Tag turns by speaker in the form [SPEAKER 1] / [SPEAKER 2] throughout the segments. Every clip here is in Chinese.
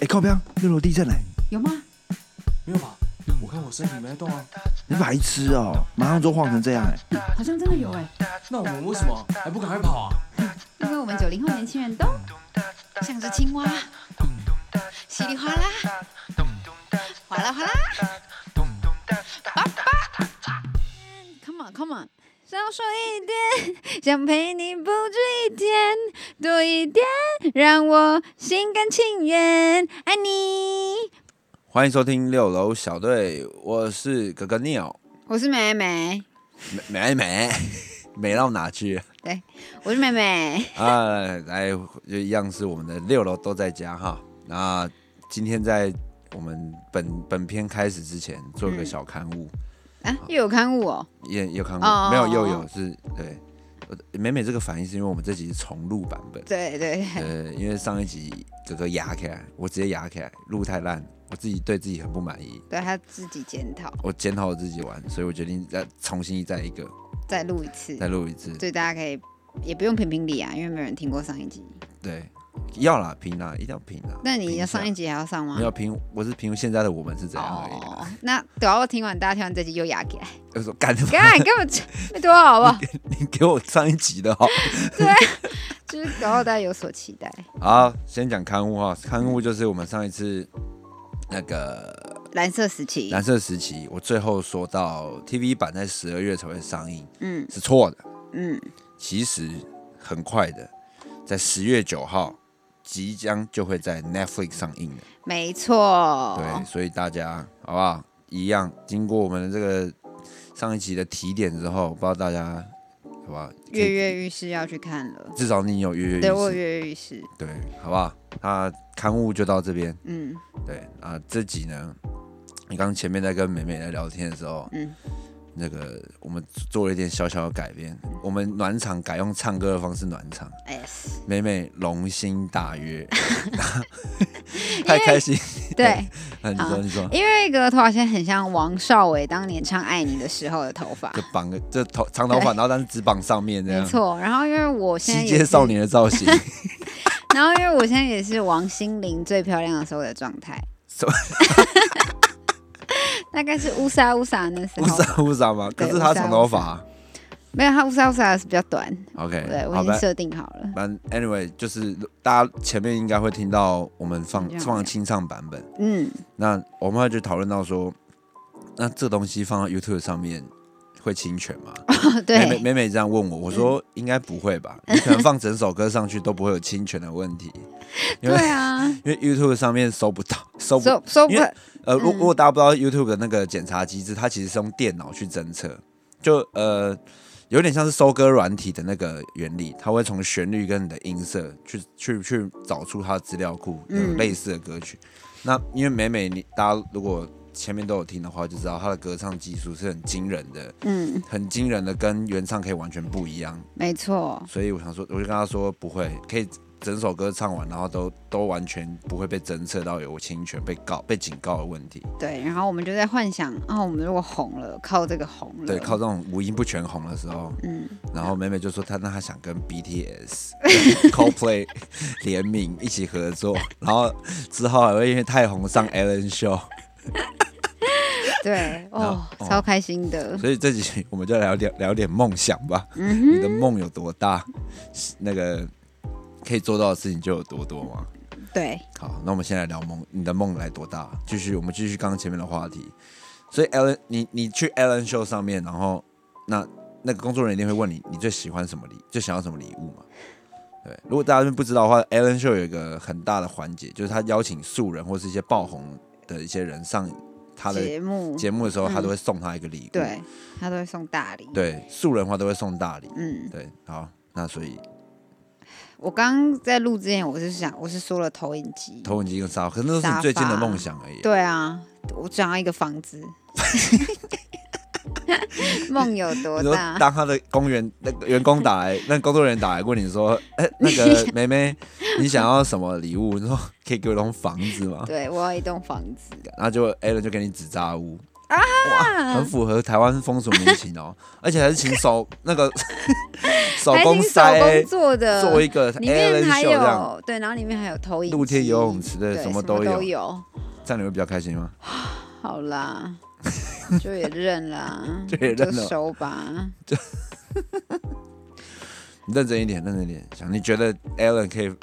[SPEAKER 1] 哎、靠边，六楼地震嘞、
[SPEAKER 2] 有吗？
[SPEAKER 3] 没有吧？我看我身体没在动啊。
[SPEAKER 1] 你白痴哦、马上就晃成这样哎、
[SPEAKER 2] 好像真的有哎，
[SPEAKER 3] 那我们为什么还不赶快跑啊？
[SPEAKER 2] 因为我们九零后年轻人都像只青蛙，
[SPEAKER 3] 嗯
[SPEAKER 2] 稀里哗啦，哗啦哗啦，爸爸，Come on，Come on，少说一点，想陪你不止一天，多一点，让我心甘情愿爱你。
[SPEAKER 4] 欢迎收听六楼小队，我是哥哥 Neil，
[SPEAKER 2] 我是美美，
[SPEAKER 4] 美美美 美到哪去
[SPEAKER 2] 我是美美，
[SPEAKER 4] 啊？来，就一样是我们的六楼都在家哈。那今天在我们本本片开始之前做
[SPEAKER 2] 嗯
[SPEAKER 4] 个小刊物，
[SPEAKER 2] 啊，又有刊物哦，
[SPEAKER 4] 也有刊物、
[SPEAKER 2] 哦
[SPEAKER 4] 没有？
[SPEAKER 2] 哦
[SPEAKER 4] 又
[SPEAKER 2] 哦
[SPEAKER 4] 有是对。我美美这个反应是因为我们这集是重录版本，
[SPEAKER 2] 对对 对，
[SPEAKER 4] 呃，因为上一集哥哥压起来，我直接压起来，录太烂，我自己对自己很不满意，
[SPEAKER 2] 对他自己检讨，
[SPEAKER 4] 我检讨我自己玩，所以我决定再重新再一个
[SPEAKER 2] 再录一次，
[SPEAKER 4] 再录一次，
[SPEAKER 2] 所以大家可以也不用评评理啊，因为没有人听过上一集。
[SPEAKER 4] 对，要啦，评啦，一定要评啦。
[SPEAKER 2] 那
[SPEAKER 4] 评
[SPEAKER 2] 你
[SPEAKER 4] 下
[SPEAKER 2] 要上一集还要上吗
[SPEAKER 4] 没？有评，我是评现在的我们是怎样而已 啦。
[SPEAKER 2] 哦，那等到我听完，大家听完这集又压起来，
[SPEAKER 4] 就说干他妈，
[SPEAKER 2] 干根本就没多好好啊不好？
[SPEAKER 4] 你给我上一集的哦。
[SPEAKER 2] 就是搞到大家有所期待。
[SPEAKER 4] 好，先讲刊物哈，刊物就是我们上一次那个
[SPEAKER 2] 蓝色时期，
[SPEAKER 4] 蓝色时期，我最后说到 TV 版在十二月才会上映，
[SPEAKER 2] 嗯
[SPEAKER 4] 是错的，
[SPEAKER 2] 嗯，
[SPEAKER 4] 其实很快的，在十月九号即将就会在 Netflix 上映了。
[SPEAKER 2] 没错，
[SPEAKER 4] 对，所以大家好不好？一样，经过我们的这个上一期的提点之后，不知道大家好不好？可以
[SPEAKER 2] 跃跃欲试要去看了，
[SPEAKER 4] 至少你有跃跃欲
[SPEAKER 2] 对我有
[SPEAKER 4] 试，
[SPEAKER 2] 跃跃欲试，
[SPEAKER 4] 对，好不好？那刊物就到这边，
[SPEAKER 2] 嗯
[SPEAKER 4] 对啊，这集呢，你刚前面在跟美美在聊天的时候，
[SPEAKER 2] 嗯，
[SPEAKER 4] 那个我们做了一点小小的改变，我们暖场改用唱歌的方式暖场，
[SPEAKER 2] ，S，
[SPEAKER 4] 美美龙心 大悦， 太开心，
[SPEAKER 2] 对，
[SPEAKER 4] 那你说
[SPEAKER 2] 好
[SPEAKER 4] 你说。
[SPEAKER 2] 因为格头发现在很像王少伟当年唱《爱你》的时候的头发
[SPEAKER 4] 就，绑个这头长头发，然后但是只绑上面这
[SPEAKER 2] 没
[SPEAKER 4] 样。
[SPEAKER 2] 错。然后因为我现在
[SPEAKER 4] 西
[SPEAKER 2] 也
[SPEAKER 4] 街
[SPEAKER 2] 是
[SPEAKER 4] 少年的造 型，
[SPEAKER 2] 然后因为我现在也是王心凌最漂亮的时候的状态，
[SPEAKER 4] 什么
[SPEAKER 2] 大概是乌纱乌纱那时
[SPEAKER 4] 乌
[SPEAKER 2] 候，
[SPEAKER 4] 纱乌纱吗？可
[SPEAKER 2] 对
[SPEAKER 4] 是他长头发。啊
[SPEAKER 2] 没有她乌纱乌纱的是比较短，
[SPEAKER 4] OK，
[SPEAKER 2] 对我
[SPEAKER 4] 好
[SPEAKER 2] 已经
[SPEAKER 4] 吧。
[SPEAKER 2] 设定好了。
[SPEAKER 4] 反正 anyway，就是大家前面应该会听到我们放
[SPEAKER 2] 这样
[SPEAKER 4] 放
[SPEAKER 2] 这样
[SPEAKER 4] 清唱版本，
[SPEAKER 2] 嗯，
[SPEAKER 4] 那我们后来就讨论到说，那这东西放到 YouTube 上面会侵权吗？美美
[SPEAKER 2] 对， 嗯
[SPEAKER 4] 美美这样问我，我说应该不会吧，你可能放整首歌上去都不会有侵权的问 题，因为
[SPEAKER 2] 对啊，
[SPEAKER 4] 因为 YouTube 上面搜不到，搜不
[SPEAKER 2] 收收不
[SPEAKER 4] 哦因为呃，如
[SPEAKER 2] 嗯
[SPEAKER 4] 如果大家不知道 YouTube 的那个检查机制，它其实是用电脑去侦测，就呃有点像是收割软体的那个原理，它会从旋律跟你的音色去去去找出它的资料库有
[SPEAKER 2] 嗯
[SPEAKER 4] 类似的歌曲。那因为每每你大家如果前面都有听的话，就知道它的歌唱技术是很惊人的，
[SPEAKER 2] 嗯，
[SPEAKER 4] 很惊人的，跟原唱可以完全不一样。
[SPEAKER 2] 没错，
[SPEAKER 4] 所以我想说，我就跟他说不会，可以整首歌唱完，然后都都完全不会被侦测到有侵权、被告、被警告的问题。
[SPEAKER 2] 对。然后我们就在幻想，啊，我们如果红了，靠这个红了，
[SPEAKER 4] 对，靠这种五音不全红的时候，
[SPEAKER 2] 嗯，
[SPEAKER 4] 然后美美就说她那她想跟 BTS、Coldplay 联名一起合作，然后之后还会因为太红上 Ellen Show，
[SPEAKER 2] 对，
[SPEAKER 4] 然
[SPEAKER 2] 哦
[SPEAKER 4] 后，哦
[SPEAKER 2] 超开心的，
[SPEAKER 4] 所以这集我们就聊点聊点梦想吧，
[SPEAKER 2] 嗯
[SPEAKER 4] 你的梦有多大，那个可以做到的事情就有多多嘛。
[SPEAKER 2] 对，
[SPEAKER 4] 好，那我们先来聊梦，你的梦来多大？继续，我们继续刚刚前面的话题。所以 Alan，你你去 Alan Show 上面，然后那那个工作人员一定会问你，你最喜欢什么礼，最想要什么礼物嘛？对，如果大家不知道的话，Alan Show 有一个很大的环节，就是他邀请素人或是一些爆红的一些人上他的
[SPEAKER 2] 节目，嗯
[SPEAKER 4] 节目的时候，他都会送他一个礼物。
[SPEAKER 2] 对，他都会送大礼，，
[SPEAKER 4] 对，素人的话都会送大礼。
[SPEAKER 2] 嗯。
[SPEAKER 4] 对，好，那所以
[SPEAKER 2] 我刚刚在录之前，我是想，我是说了投影机，
[SPEAKER 4] 投影机跟沙发，可是那都是你最近的梦想而已。
[SPEAKER 2] 对啊，我想要一个房 子。梦有多
[SPEAKER 4] 你说
[SPEAKER 2] 大？
[SPEAKER 4] 当他的公园那个员工打 来，那工作人员打来问你说，哎、那个妹妹，你想要什么礼
[SPEAKER 2] 嗯
[SPEAKER 4] 物？你说可以给我一栋房子吗？
[SPEAKER 2] 对我要一栋房子。
[SPEAKER 4] 然后就 a l a n 就给你纸扎屋，
[SPEAKER 2] 嗯
[SPEAKER 4] 哇，
[SPEAKER 2] 啊
[SPEAKER 4] 很符合台湾风俗民情 哦，而且还是请手那个手
[SPEAKER 2] 还
[SPEAKER 4] 工
[SPEAKER 2] 挺手
[SPEAKER 4] 塞
[SPEAKER 2] 工做的，
[SPEAKER 4] 做一个
[SPEAKER 2] 里
[SPEAKER 4] Alan
[SPEAKER 2] 面还
[SPEAKER 4] show 这样，
[SPEAKER 2] 有对，然后里面还有投影机、
[SPEAKER 4] 露天游泳池的
[SPEAKER 2] 对
[SPEAKER 4] 什
[SPEAKER 2] 么
[SPEAKER 4] 么都有
[SPEAKER 2] 都有。
[SPEAKER 4] 这样你会比较开心吗？
[SPEAKER 2] 好 啦，就也认啦，
[SPEAKER 4] 就也认了
[SPEAKER 2] 收吧。
[SPEAKER 4] 你认真一点，认真一点想，你觉得 Alan 可以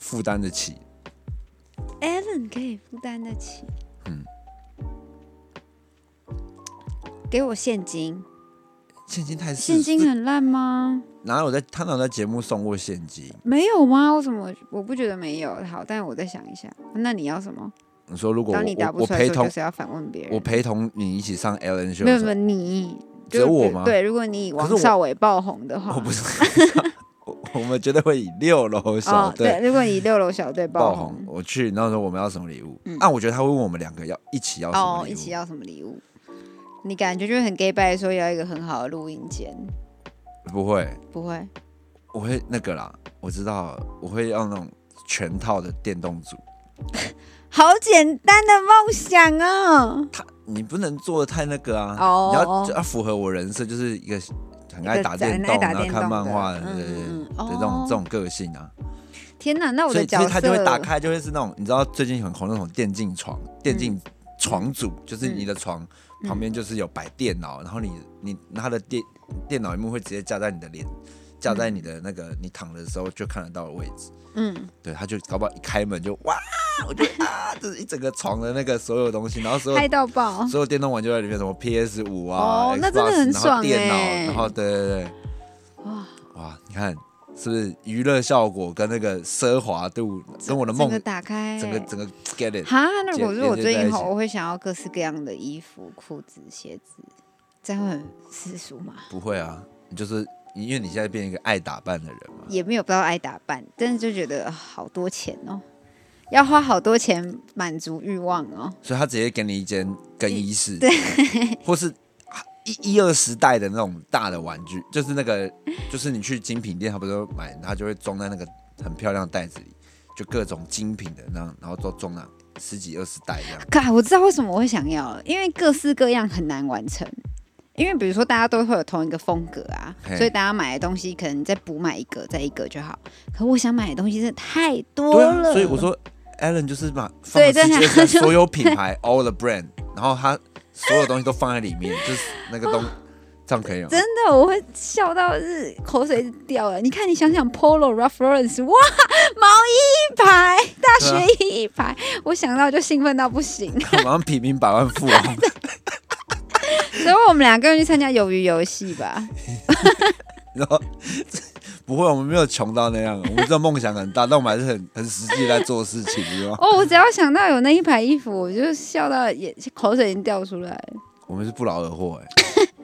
[SPEAKER 4] 负担得起？
[SPEAKER 2] Allen 可以负担得起，
[SPEAKER 4] 嗯，
[SPEAKER 2] 给我现金，
[SPEAKER 4] 现金太世
[SPEAKER 2] 现金很烂吗？
[SPEAKER 4] 哪有在他哪有在节目送过现金？
[SPEAKER 2] 没有吗？我怎么我不觉得没有？好，但我再想一下。那你要什么？
[SPEAKER 4] 你说如果我
[SPEAKER 2] 当你答
[SPEAKER 4] 我
[SPEAKER 2] 不
[SPEAKER 4] 我
[SPEAKER 2] 出来的
[SPEAKER 4] 陪
[SPEAKER 2] 时候，
[SPEAKER 4] 同
[SPEAKER 2] 就是要反问别人。
[SPEAKER 4] 我陪同你一起上 Alan 秀
[SPEAKER 2] 没有没
[SPEAKER 4] 的时
[SPEAKER 2] 有
[SPEAKER 4] 候，
[SPEAKER 2] 你，
[SPEAKER 4] 只
[SPEAKER 2] 就
[SPEAKER 4] 有我
[SPEAKER 2] 是
[SPEAKER 4] 吗
[SPEAKER 2] 对，如果你以
[SPEAKER 4] 可
[SPEAKER 2] 王
[SPEAKER 4] 是我
[SPEAKER 2] 少伟爆红的话，
[SPEAKER 4] 我不是 我我们绝对会以六楼小
[SPEAKER 2] 哦，对，
[SPEAKER 4] 队
[SPEAKER 2] 如果你六楼小队
[SPEAKER 4] 爆红
[SPEAKER 2] 红。，
[SPEAKER 4] 我去那时候我们要什么礼物
[SPEAKER 2] 嗯？
[SPEAKER 4] 啊，我觉得他会问我们两个要一起要什么
[SPEAKER 2] 哦，
[SPEAKER 4] 礼
[SPEAKER 2] 一
[SPEAKER 4] 物
[SPEAKER 2] 起要什么礼物？你感觉就很 gay 拜说要一个很好的录音间，
[SPEAKER 4] 不会，
[SPEAKER 2] 不会？
[SPEAKER 4] 我会那个啦，我知道我会要那种全套的电动组，
[SPEAKER 2] 好简单的梦想啊！
[SPEAKER 4] 他你不能做的太那个啊，
[SPEAKER 2] 哦
[SPEAKER 4] 你
[SPEAKER 2] 哦
[SPEAKER 4] 要就要符合我人设，就是一个很爱打电动，
[SPEAKER 2] 很爱打
[SPEAKER 4] 然后
[SPEAKER 2] 电动
[SPEAKER 4] 看漫
[SPEAKER 2] 的
[SPEAKER 4] 画的
[SPEAKER 2] 嗯
[SPEAKER 4] 对对
[SPEAKER 2] 嗯
[SPEAKER 4] 对
[SPEAKER 2] 嗯
[SPEAKER 4] 的这种这
[SPEAKER 2] 哦
[SPEAKER 4] 种个性啊。
[SPEAKER 2] 天哪，那我
[SPEAKER 4] 所
[SPEAKER 2] 的
[SPEAKER 4] 以
[SPEAKER 2] 角
[SPEAKER 4] 所
[SPEAKER 2] 色
[SPEAKER 4] 以他就会打开，就会是那种你知道最近很红那种电竞床、电竞床组，就是你的床、
[SPEAKER 2] 嗯
[SPEAKER 4] 旁边就是有摆电脑，然后你你他的电电脑屏幕会直接架在你的脸，架在你的那个你躺的时候就看得到的位置。
[SPEAKER 2] 嗯，
[SPEAKER 4] 对，他就搞不好一开门就哇，我就啊，这是一整个床的那个所有东西，然后所有
[SPEAKER 2] 嗨到爆！
[SPEAKER 4] 所有电动玩具在里面，什么 PS 五啊，
[SPEAKER 2] 哦那真的
[SPEAKER 4] Xbox，
[SPEAKER 2] 很
[SPEAKER 4] 然
[SPEAKER 2] 爽
[SPEAKER 4] 后电脑，
[SPEAKER 2] 欸
[SPEAKER 4] 然后对对对，
[SPEAKER 2] 哇
[SPEAKER 4] 哇，你看是不是娱乐效果跟那个奢华度，跟我的梦
[SPEAKER 2] 整个欸打开、
[SPEAKER 4] 整个整个 get it，
[SPEAKER 2] 哈，那如果
[SPEAKER 4] 结
[SPEAKER 2] 是我
[SPEAKER 4] 连接
[SPEAKER 2] 最
[SPEAKER 4] 在
[SPEAKER 2] 近
[SPEAKER 4] 一
[SPEAKER 2] 红，
[SPEAKER 4] 起
[SPEAKER 2] 我会想要各式各样的衣服、裤子、鞋子，这样会很世俗吗？
[SPEAKER 4] 不会啊，你就是因为你现在变一个爱打扮的人嘛，
[SPEAKER 2] 也没有不到爱打扮，但是就觉得啊好多钱哦，要花好多钱满足欲望哦。
[SPEAKER 4] 所以他直接给你一间更衣室， 或是啊一一二十代的那种大的玩具，就是那个就是你去精品店，他不是都买，他就会装在那个很漂亮的袋子里，就各种精品的那样，然后都装了十几二十袋这样。
[SPEAKER 2] 嘎，我知道为什么我会想要了，因为各式各样很难完成。因为比如说大家都会有同一个风格啊，
[SPEAKER 4] 嘿
[SPEAKER 2] 所以大家买的东西可能再补买一个，再一个就好。可我想买的东西真的太多
[SPEAKER 4] 对
[SPEAKER 2] 了，
[SPEAKER 4] 啊，所以我说 Alan 就是把放
[SPEAKER 2] 对
[SPEAKER 4] 了
[SPEAKER 2] 对
[SPEAKER 4] 世界
[SPEAKER 2] 他
[SPEAKER 4] 上
[SPEAKER 2] 就
[SPEAKER 4] 所有品牌 all the brand，然后他所有东西都放在里面，就是那个东，这样可以吗？
[SPEAKER 2] 哦真的我会笑到是口水一直掉了。你看，你想想 Polo Ralph Lauren，哇，毛衣一排，大
[SPEAKER 4] 对
[SPEAKER 2] 学
[SPEAKER 4] 啊
[SPEAKER 2] 衣一排，我想到就兴奋到不行。
[SPEAKER 4] 马上平民百万富翁，
[SPEAKER 2] 所以我们两个人去参加鱿鱼游戏吧。
[SPEAKER 4] 然后不会，我们没有穷到那样，我们这梦想很大，但我们还是很很实际在做事情，是 吧？
[SPEAKER 2] 哦，我只要想到有那一排衣服，我就笑到眼口水已经掉出来了。
[SPEAKER 4] 我们是不劳而获，哎，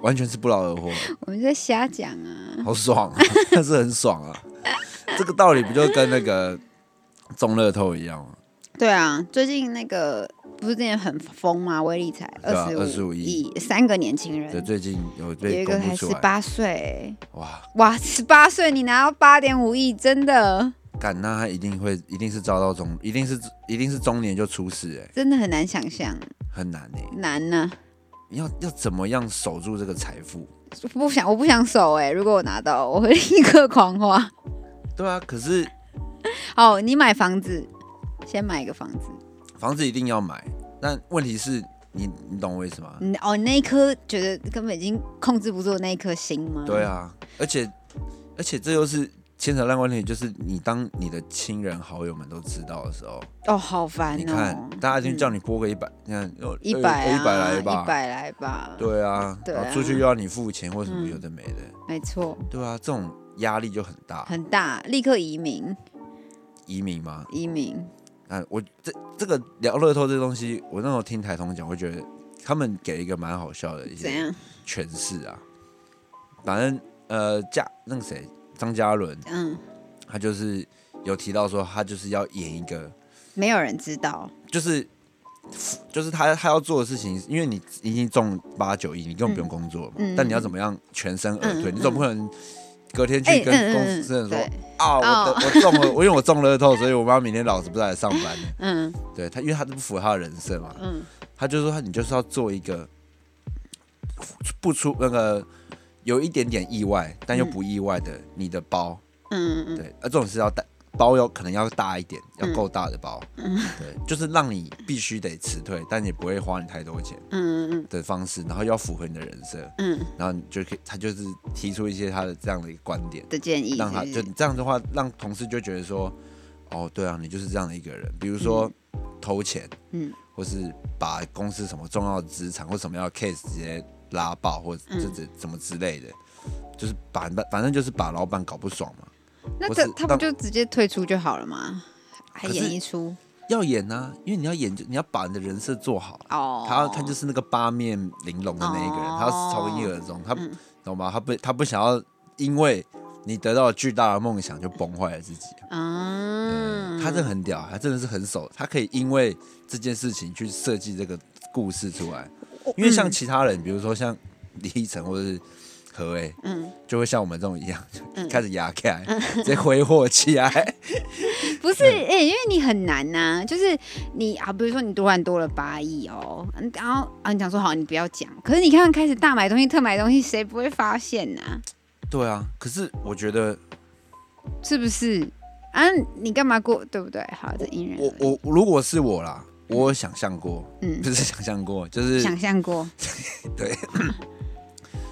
[SPEAKER 4] 完全是不劳而获，
[SPEAKER 2] 我们在瞎讲啊。
[SPEAKER 4] 好爽啊， 但是很爽啊，这个道理不就跟那个中乐透一样吗？
[SPEAKER 2] 对啊，最近那个不是之前很疯吗？威力才
[SPEAKER 4] 对啊
[SPEAKER 2] 二十五
[SPEAKER 4] 25亿，
[SPEAKER 2] 三个年轻
[SPEAKER 4] 对，
[SPEAKER 2] 人，
[SPEAKER 4] 最近有
[SPEAKER 2] 有一
[SPEAKER 4] 被
[SPEAKER 2] 个
[SPEAKER 4] 公
[SPEAKER 2] 才
[SPEAKER 4] 布
[SPEAKER 2] 十
[SPEAKER 4] 出来，
[SPEAKER 2] 八岁，
[SPEAKER 4] 哇，
[SPEAKER 2] 哇，十八岁你拿到八点五亿，真的
[SPEAKER 4] 干，那他一定会，一定是遭到中，一定是一定是中年就出事、哎，
[SPEAKER 2] 真的很难想象，
[SPEAKER 4] 很难哎、
[SPEAKER 2] 难呢、
[SPEAKER 4] 你要要怎么样守住这个财富？
[SPEAKER 2] 我不想，我不想守哎、如果我拿到，我会立刻狂花。
[SPEAKER 4] 对啊，可是
[SPEAKER 2] 哦，你买房子，先买一个房子，
[SPEAKER 4] 房子一定要买，但问题是你你懂我意思吗？
[SPEAKER 2] 你哦，那一颗觉得根本已经控制不住的那一颗心吗？
[SPEAKER 4] 对，啊，而且而且这又是牵扯到问题，就是你当你的亲人好友们都知道的时候，
[SPEAKER 2] 哦，好烦哦。
[SPEAKER 4] 你看大家一定叫
[SPEAKER 2] 你
[SPEAKER 4] 你拨个一百、你看呃
[SPEAKER 2] 一百、
[SPEAKER 4] 呃
[SPEAKER 2] 啊，
[SPEAKER 4] 一百来吧，
[SPEAKER 2] 一百来吧，
[SPEAKER 4] 对啊，
[SPEAKER 2] 对啊
[SPEAKER 4] 然后出去又要你付钱或什么
[SPEAKER 2] 嗯
[SPEAKER 4] 有的没的，
[SPEAKER 2] 没错，
[SPEAKER 4] 对啊，这种压力就很大。
[SPEAKER 2] 很大，立刻移民，
[SPEAKER 4] 移民吗？
[SPEAKER 2] 移民，
[SPEAKER 4] 啊，我这这个聊乐透这东西，我那时候听台通讲，我觉得他们给一个蛮好笑的一
[SPEAKER 2] 怎
[SPEAKER 4] 些
[SPEAKER 2] 样？
[SPEAKER 4] 诠释啊。反正呃，嘉那个谁，张嘉伦，
[SPEAKER 2] 嗯，
[SPEAKER 4] 他就是有提到说，他就是要演一个，
[SPEAKER 2] 没有人知道，
[SPEAKER 4] 就是就是他他要做的事情，因为你已经中八九亿，你根本不用工作嘛，
[SPEAKER 2] 嗯嗯
[SPEAKER 4] 但你要怎么样全身而
[SPEAKER 2] 嗯
[SPEAKER 4] 退？
[SPEAKER 2] 嗯
[SPEAKER 4] 你总不可能隔天
[SPEAKER 2] 哎
[SPEAKER 4] 去，
[SPEAKER 2] 嗯
[SPEAKER 4] 跟公
[SPEAKER 2] 嗯嗯，
[SPEAKER 4] 司人说、
[SPEAKER 2] 对，
[SPEAKER 4] 啊，我
[SPEAKER 2] 哦
[SPEAKER 4] 的我中了， 我因为我中了乐透，所以我妈明天老子不是来上班的。
[SPEAKER 2] 嗯
[SPEAKER 4] 对他，因为他都不符合他的人设嘛，
[SPEAKER 2] 嗯
[SPEAKER 4] 他就说他你就是要做一个不出那个有一点点意外，但又不意外的你的包，
[SPEAKER 2] 嗯嗯
[SPEAKER 4] 对，呃而这种是要大包要可能要大一点，要够大的包，
[SPEAKER 2] 嗯
[SPEAKER 4] 对，就是让你必须得辞退，但也不会花你太多钱
[SPEAKER 2] 嗯嗯
[SPEAKER 4] 的方式，然后又要符合你的人设，
[SPEAKER 2] 嗯嗯
[SPEAKER 4] 然后你就可以，他就是提出一些他的这样的一个观点，
[SPEAKER 2] 的建议，
[SPEAKER 4] 让他
[SPEAKER 2] 是不
[SPEAKER 4] 就是你这样的话，让同事就觉得说，哦，对啊，你就是这样的一个人，比如说偷钱，
[SPEAKER 2] 嗯
[SPEAKER 4] 或是把公司什么重要的资产或什么样的 case 直接拉爆，或者
[SPEAKER 2] 嗯
[SPEAKER 4] 这这怎么之类的，就是把反正就是把老板搞不爽嘛。
[SPEAKER 2] 那
[SPEAKER 4] 我
[SPEAKER 2] 他
[SPEAKER 4] 是
[SPEAKER 2] 他不
[SPEAKER 4] 当
[SPEAKER 2] 就直接退出就好了吗？还
[SPEAKER 4] 可是
[SPEAKER 2] 演一出
[SPEAKER 4] 要演啊，因为你要演，你要把你的人设做好。啊
[SPEAKER 2] 哦，
[SPEAKER 4] 他他就是那个八面玲珑的那一个人，
[SPEAKER 2] 哦
[SPEAKER 4] 他是从一而终，他、
[SPEAKER 2] 嗯
[SPEAKER 4] 懂吗？他不他不想要因为你得到了巨大的梦想就崩坏了自己。
[SPEAKER 2] 嗯，
[SPEAKER 4] 他真的很屌，他真的是很手，他可以因为这件事情去设计这个故事出来。因为
[SPEAKER 2] 嗯
[SPEAKER 4] 像其他人，比如说像李依晨或者是何诶，
[SPEAKER 2] 嗯
[SPEAKER 4] 就会像我们这种一样，
[SPEAKER 2] 嗯
[SPEAKER 4] 就开始压起来，直接挥霍起 来。
[SPEAKER 2] 不是，哎、
[SPEAKER 4] 嗯
[SPEAKER 2] 因为你很难呐、就是你啊，比如说你突然多了八亿哦，嗯然后啊，你想说好，你不要讲，可是你看开始大买东西、特买东西，谁不会发现呐、
[SPEAKER 4] 对啊，可是我觉得
[SPEAKER 2] 是不是？啊，你干嘛过，对不对？好，这因人而
[SPEAKER 4] 我
[SPEAKER 2] 异，
[SPEAKER 4] 我如果是我啦，我有想象过，
[SPEAKER 2] 嗯
[SPEAKER 4] 不，是想象过，就是
[SPEAKER 2] 想象过，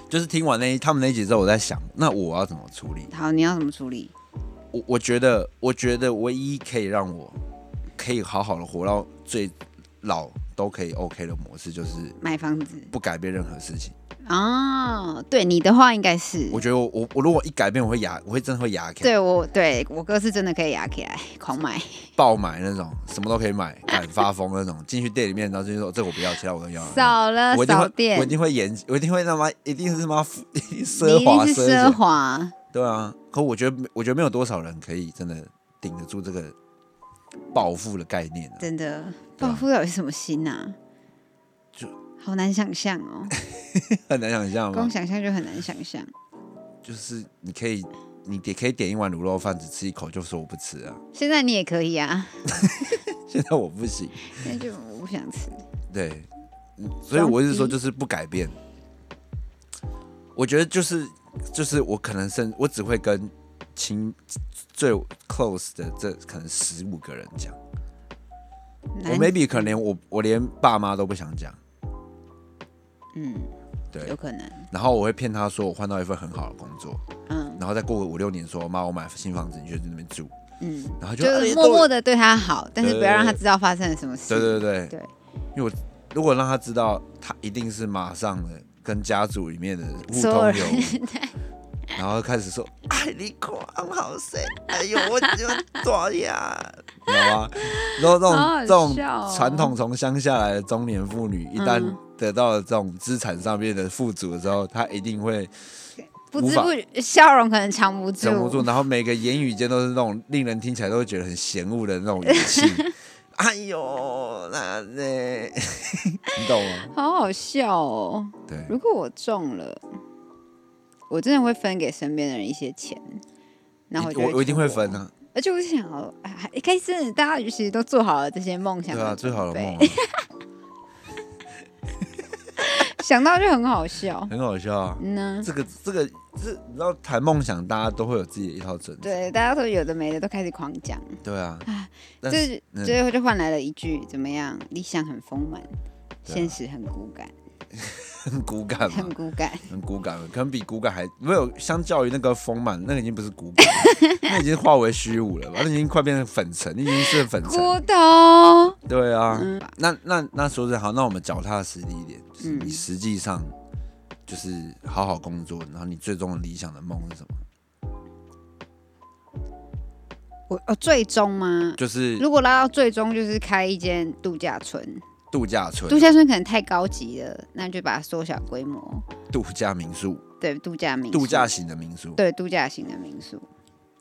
[SPEAKER 4] 就是听完那一他们那一集之后，我在想，那我要怎么处理？
[SPEAKER 2] 好，你要怎么处理？
[SPEAKER 4] 我我觉得，我觉得唯一可以让我可以好好的活到最老都可以 OK 的模式，就是
[SPEAKER 2] 买房子
[SPEAKER 4] 不改变任何事情。
[SPEAKER 2] 哦，对你的话应该是，
[SPEAKER 4] 我觉得我我我如果一改变，我会牙，我会真的会牙起来
[SPEAKER 2] 对我对我哥是真的可以压起来狂买，
[SPEAKER 4] 爆买那种，什么都可以买，敢发疯那种。进去店里面，然后就说这个我不要，其他我都要。
[SPEAKER 2] 少了
[SPEAKER 4] 我一定
[SPEAKER 2] 少
[SPEAKER 4] 会，
[SPEAKER 2] 点，
[SPEAKER 4] 我一定会演，我一定会他妈，一定是他妈一定
[SPEAKER 2] 你
[SPEAKER 4] 奢
[SPEAKER 2] 一
[SPEAKER 4] 华
[SPEAKER 2] 定是
[SPEAKER 4] 奢
[SPEAKER 2] 奢
[SPEAKER 4] 华。
[SPEAKER 2] 华，
[SPEAKER 4] 对啊，可我觉得，我觉得没有多少人可以真的顶得住这个暴富的概念、啊。
[SPEAKER 2] 真的，
[SPEAKER 4] 对啊
[SPEAKER 2] 暴富到底是什么心呐、
[SPEAKER 4] 就
[SPEAKER 2] 好难想象哦，
[SPEAKER 4] 很难想象吗
[SPEAKER 2] 光？想象就很难想象。
[SPEAKER 4] 就是你可以，你也可以点一碗卤肉饭，只吃一口就说我不吃啊。
[SPEAKER 2] 现在你也可以啊，
[SPEAKER 4] 现在我不行，
[SPEAKER 2] 现在就我不想吃。
[SPEAKER 4] 对，嗯所以我一直说就是不改变。我觉得就是就是我可能甚我只会跟亲最 close 的这可能十五个人讲，我
[SPEAKER 2] 难
[SPEAKER 4] maybe 可能连我我连爸妈都不想讲，
[SPEAKER 2] 嗯，
[SPEAKER 4] 对
[SPEAKER 2] 有，可能，
[SPEAKER 4] 然后我会骗他说我换到一份很好的工作，
[SPEAKER 2] 嗯
[SPEAKER 4] 然后再过个五六年说妈我买新房子，你就去那边住，
[SPEAKER 2] 嗯，
[SPEAKER 4] 然后就
[SPEAKER 2] 就
[SPEAKER 4] 哎
[SPEAKER 2] 是
[SPEAKER 4] 都
[SPEAKER 2] 默默的对他好，但是不要让他
[SPEAKER 4] 对
[SPEAKER 2] 知道发生了什么事。
[SPEAKER 4] 对对对
[SPEAKER 2] 对
[SPEAKER 4] 因为我如果让他知道，他一定是马上的跟家族里面的互
[SPEAKER 2] 所有
[SPEAKER 4] 通
[SPEAKER 2] 人
[SPEAKER 4] 有无，然后开始说：“哎，你看俺好谁？哎呦，我就抓 呀！”你知道吗？然后这种、
[SPEAKER 2] 好好
[SPEAKER 4] 这种
[SPEAKER 2] 笑哦
[SPEAKER 4] 传统从乡下来的中年妇女，一旦
[SPEAKER 2] 嗯
[SPEAKER 4] 得到了这种资产上面的富足的时候，她一定会
[SPEAKER 2] 不
[SPEAKER 4] 无
[SPEAKER 2] 知
[SPEAKER 4] 法
[SPEAKER 2] 不觉笑容可能藏不住，
[SPEAKER 4] 忍不住，然后每个言语间都是那种令人听起来都会觉得很嫌恶的那种语 气。哎呦，那那， 你懂吗？
[SPEAKER 2] 好好笑哦。
[SPEAKER 4] 对。
[SPEAKER 2] 如果我中了，我真的会分给身边的人一些钱，然后
[SPEAKER 4] 一
[SPEAKER 2] 就
[SPEAKER 4] 我我一定会
[SPEAKER 2] 出国
[SPEAKER 4] 分啊，
[SPEAKER 2] 而且我就想哦，哎还开始大家其实都做好了这些梦想，，
[SPEAKER 4] 对啊，最好的梦啊，
[SPEAKER 2] 想到就很好 笑。
[SPEAKER 4] 很好笑啊。
[SPEAKER 2] 嗯呢，
[SPEAKER 4] 这个这个这，你知道谈梦想，大家都会有自己的一套准则，
[SPEAKER 2] 对，大家都有的没的都开始狂讲，
[SPEAKER 4] 对啊。但是
[SPEAKER 2] 这
[SPEAKER 4] 嗯
[SPEAKER 2] 最后就换来了一句怎么样？理想很丰满，
[SPEAKER 4] 对啊
[SPEAKER 2] 现实很骨感，
[SPEAKER 4] 很骨感嘛
[SPEAKER 2] 很，骨感。
[SPEAKER 4] 很骨感，可能比骨感还没有。相较于那个丰满，那个已经不是骨感， 那已经化为虚无了吧？那已经快变成粉尘，那已经是粉尘。
[SPEAKER 2] 骨头，
[SPEAKER 4] 对啊，
[SPEAKER 2] 嗯
[SPEAKER 4] 那那那说真的好，那我们脚踏实地一点，就是你实际上就是好好工作，然后你最终的理想的梦是什么？
[SPEAKER 2] 我哦，最终吗？
[SPEAKER 4] 就是
[SPEAKER 2] 如果拉到最终，就是开一间度假村。
[SPEAKER 4] 度假村
[SPEAKER 2] 度、假村可能太高级了，那就把它缩小规模。
[SPEAKER 4] 度假民宿、
[SPEAKER 2] 对，度假民宿
[SPEAKER 4] 度假型的民宿。
[SPEAKER 2] 对度假型的民宿。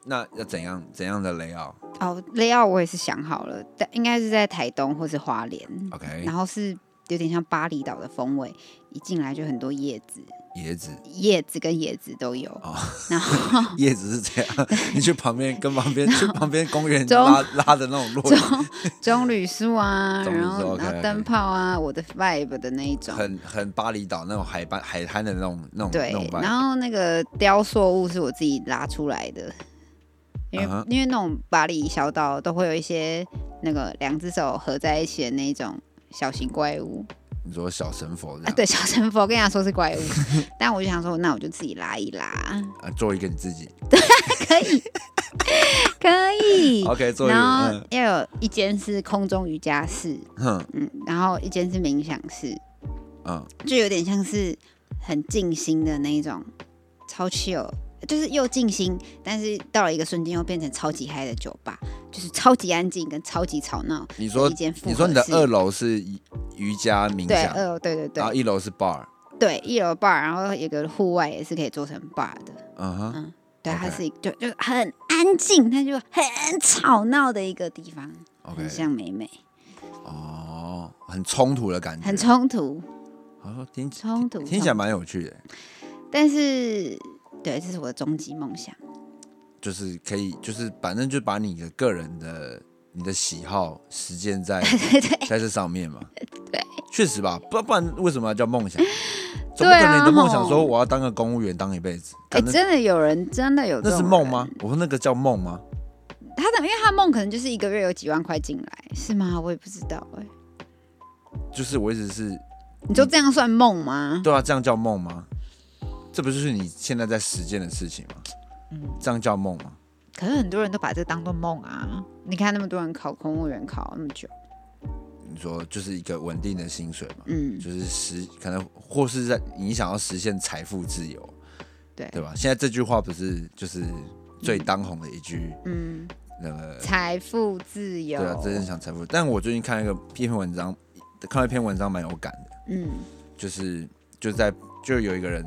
[SPEAKER 4] 那要怎样怎样的 layout？OK，、
[SPEAKER 2] 哦，layout 我也是想好了，但应该是在台东或是花莲，然后是有点像巴厘岛的风味，一进来就很多叶子，
[SPEAKER 4] 椰子，
[SPEAKER 2] 叶子跟叶子都有，
[SPEAKER 4] 哦
[SPEAKER 2] 然 后
[SPEAKER 4] 叶子是这样， 你去旁边跟旁边去旁边公园
[SPEAKER 2] 中
[SPEAKER 4] 拉拉的那种落叶，
[SPEAKER 2] 棕棕榈树啊，
[SPEAKER 4] 棕榈
[SPEAKER 2] 然
[SPEAKER 4] 树
[SPEAKER 2] 后
[SPEAKER 4] OK，OK
[SPEAKER 2] 然后灯泡啊，我的 vibe 的那一种，
[SPEAKER 4] 很很巴厘岛那种海滩海滩的那种那种那
[SPEAKER 2] 对
[SPEAKER 4] 种，吧。
[SPEAKER 2] 然后那个雕塑物是我自己拉出来的，因为、
[SPEAKER 4] 嗯哼
[SPEAKER 2] 因为那种巴黎小岛都会有一些那个两只手合在一起的那种小型怪物
[SPEAKER 4] 你说小神佛这
[SPEAKER 2] 啊，
[SPEAKER 4] 样，
[SPEAKER 2] 对，小神佛跟人家说是 怪物，但我就想说，那我就自己拉一拉，
[SPEAKER 4] 啊，做一个你自己
[SPEAKER 2] 可以，可 以。
[SPEAKER 4] ，OK，做一个，
[SPEAKER 2] 然后
[SPEAKER 4] 嗯
[SPEAKER 2] 要有一间是空中瑜伽室，
[SPEAKER 4] 哼，
[SPEAKER 2] 嗯，然后一间是冥想室，
[SPEAKER 4] 嗯，
[SPEAKER 2] 就有点像是很静心的那一种，超 chill，就是又静心，但是到了一个瞬间又变成超级嗨的酒吧，就是超级安静跟超级吵闹。
[SPEAKER 4] 你说
[SPEAKER 2] 一间复合
[SPEAKER 4] 你说你的
[SPEAKER 2] 式
[SPEAKER 4] 二楼是瑜瑜伽冥
[SPEAKER 2] 对，
[SPEAKER 4] 想，
[SPEAKER 2] 二楼对对
[SPEAKER 4] 然后
[SPEAKER 2] 对
[SPEAKER 4] 一楼是 bar，
[SPEAKER 2] 对，一楼 bar，然后有个户外也是可以做成 bar 的，
[SPEAKER 4] 嗯哼，
[SPEAKER 2] 嗯，对，它
[SPEAKER 4] OK
[SPEAKER 2] 是一就就很安静，它就很吵闹的一个地方，
[SPEAKER 4] OK，
[SPEAKER 2] 很像美美，
[SPEAKER 4] 哦，很冲突的感觉，
[SPEAKER 2] 很冲突，
[SPEAKER 4] 哦，听起
[SPEAKER 2] 冲突，
[SPEAKER 4] 听起来
[SPEAKER 2] 冲突
[SPEAKER 4] 蛮有趣的，
[SPEAKER 2] 但是对，这是我的终极梦想，
[SPEAKER 4] 就是可以，就是反正就把你的个人的你的喜好实践在
[SPEAKER 2] 对对
[SPEAKER 4] 在这上面嘛，
[SPEAKER 2] 对，
[SPEAKER 4] 确实吧，不不然为什么要叫梦想？
[SPEAKER 2] 对
[SPEAKER 4] 总不
[SPEAKER 2] 啊
[SPEAKER 4] 可能你的梦想说
[SPEAKER 2] 吼
[SPEAKER 4] 我要当个公务员当一辈子，
[SPEAKER 2] 哎、
[SPEAKER 4] 可能
[SPEAKER 2] 真的有人真的有这
[SPEAKER 4] 那
[SPEAKER 2] 种
[SPEAKER 4] 是梦
[SPEAKER 2] 人
[SPEAKER 4] 吗？？我说那个叫梦吗？
[SPEAKER 2] 他的，因为他的梦可能就是一个月有几万块进来，是吗？我也不知道哎、
[SPEAKER 4] 就是我一直是
[SPEAKER 2] 你就这样算梦吗？
[SPEAKER 4] 嗯对啊，这样叫梦吗？这不就是你现在在实践的事情吗？
[SPEAKER 2] 嗯
[SPEAKER 4] 这样叫梦吗？
[SPEAKER 2] 可是很多人都把这当做梦啊！你看那么多人考公务员考那么久，
[SPEAKER 4] 你说就是一个稳定的薪水嘛，
[SPEAKER 2] 嗯，
[SPEAKER 4] 就是实可能或是在你想要实现财富自由，
[SPEAKER 2] 对
[SPEAKER 4] 对吧？现在这句话不是就是最当红的一句、
[SPEAKER 2] 嗯，
[SPEAKER 4] 那个
[SPEAKER 2] 财富自由，
[SPEAKER 4] 对啊，真正想财富。但我最近看了一个一篇文章，看到一篇文章蛮有感的，
[SPEAKER 2] 嗯
[SPEAKER 4] 就是就在就有一个人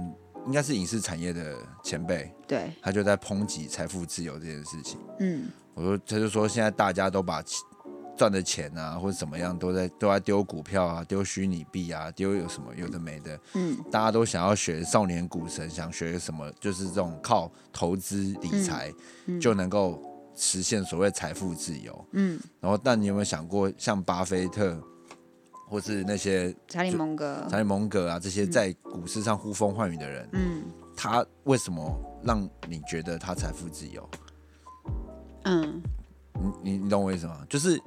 [SPEAKER 4] 应该是影视产业的前辈，
[SPEAKER 2] 对，
[SPEAKER 4] 他就在抨击财富自由这件事情。
[SPEAKER 2] 嗯
[SPEAKER 4] 我说，他就说现在大家都把钱赚的钱啊，或者怎么样，都在都在丢股票啊，丢虚拟币啊，丢有什么有的没的，
[SPEAKER 2] 嗯
[SPEAKER 4] 大家都想要学少年股神，想学什么，就是这种靠投资理财、
[SPEAKER 2] 嗯
[SPEAKER 4] 就能够实现所谓财富自由。
[SPEAKER 2] 嗯，
[SPEAKER 4] 然后，但你有没有想过，像巴菲特，或是那些
[SPEAKER 2] 查理蒙格
[SPEAKER 4] 查，理蒙格啊，这些在股市上呼风唤雨的人，
[SPEAKER 2] 嗯
[SPEAKER 4] 他为什么让你觉得他财富自由？
[SPEAKER 2] 嗯
[SPEAKER 4] 你你你懂我意思吗？就是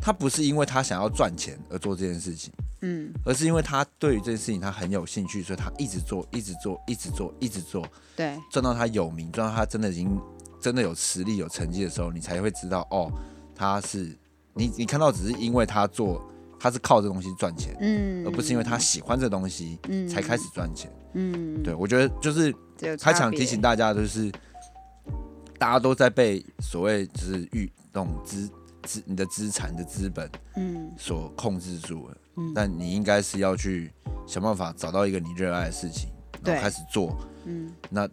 [SPEAKER 4] 他不是因为他想要赚钱而做这件事情，
[SPEAKER 2] 嗯
[SPEAKER 4] 而是因为他对于这件事情他很有兴趣，所以他一直做，一直做，一直做，一直做，
[SPEAKER 2] 对，
[SPEAKER 4] 赚到他有名，赚到他真的已经真的有实力、有成绩的时候，你才会知道哦，他是你你看到只是因为他做，他是靠这东西赚钱，
[SPEAKER 2] 嗯，
[SPEAKER 4] 而不是因为他喜欢这东西
[SPEAKER 2] 嗯
[SPEAKER 4] 才开始赚钱。
[SPEAKER 2] 嗯，
[SPEAKER 4] 对我觉得就是
[SPEAKER 2] 这有差
[SPEAKER 4] 他
[SPEAKER 2] 别，
[SPEAKER 4] 想提醒大家，就是大家都在被所谓就是欲那种资资你的资产你的资本
[SPEAKER 2] 嗯
[SPEAKER 4] 所控制住了，
[SPEAKER 2] 嗯
[SPEAKER 4] 但你应该是要去想办法找到一个你热爱的事情，然
[SPEAKER 2] 对
[SPEAKER 4] 后开始做。
[SPEAKER 2] 嗯
[SPEAKER 4] 那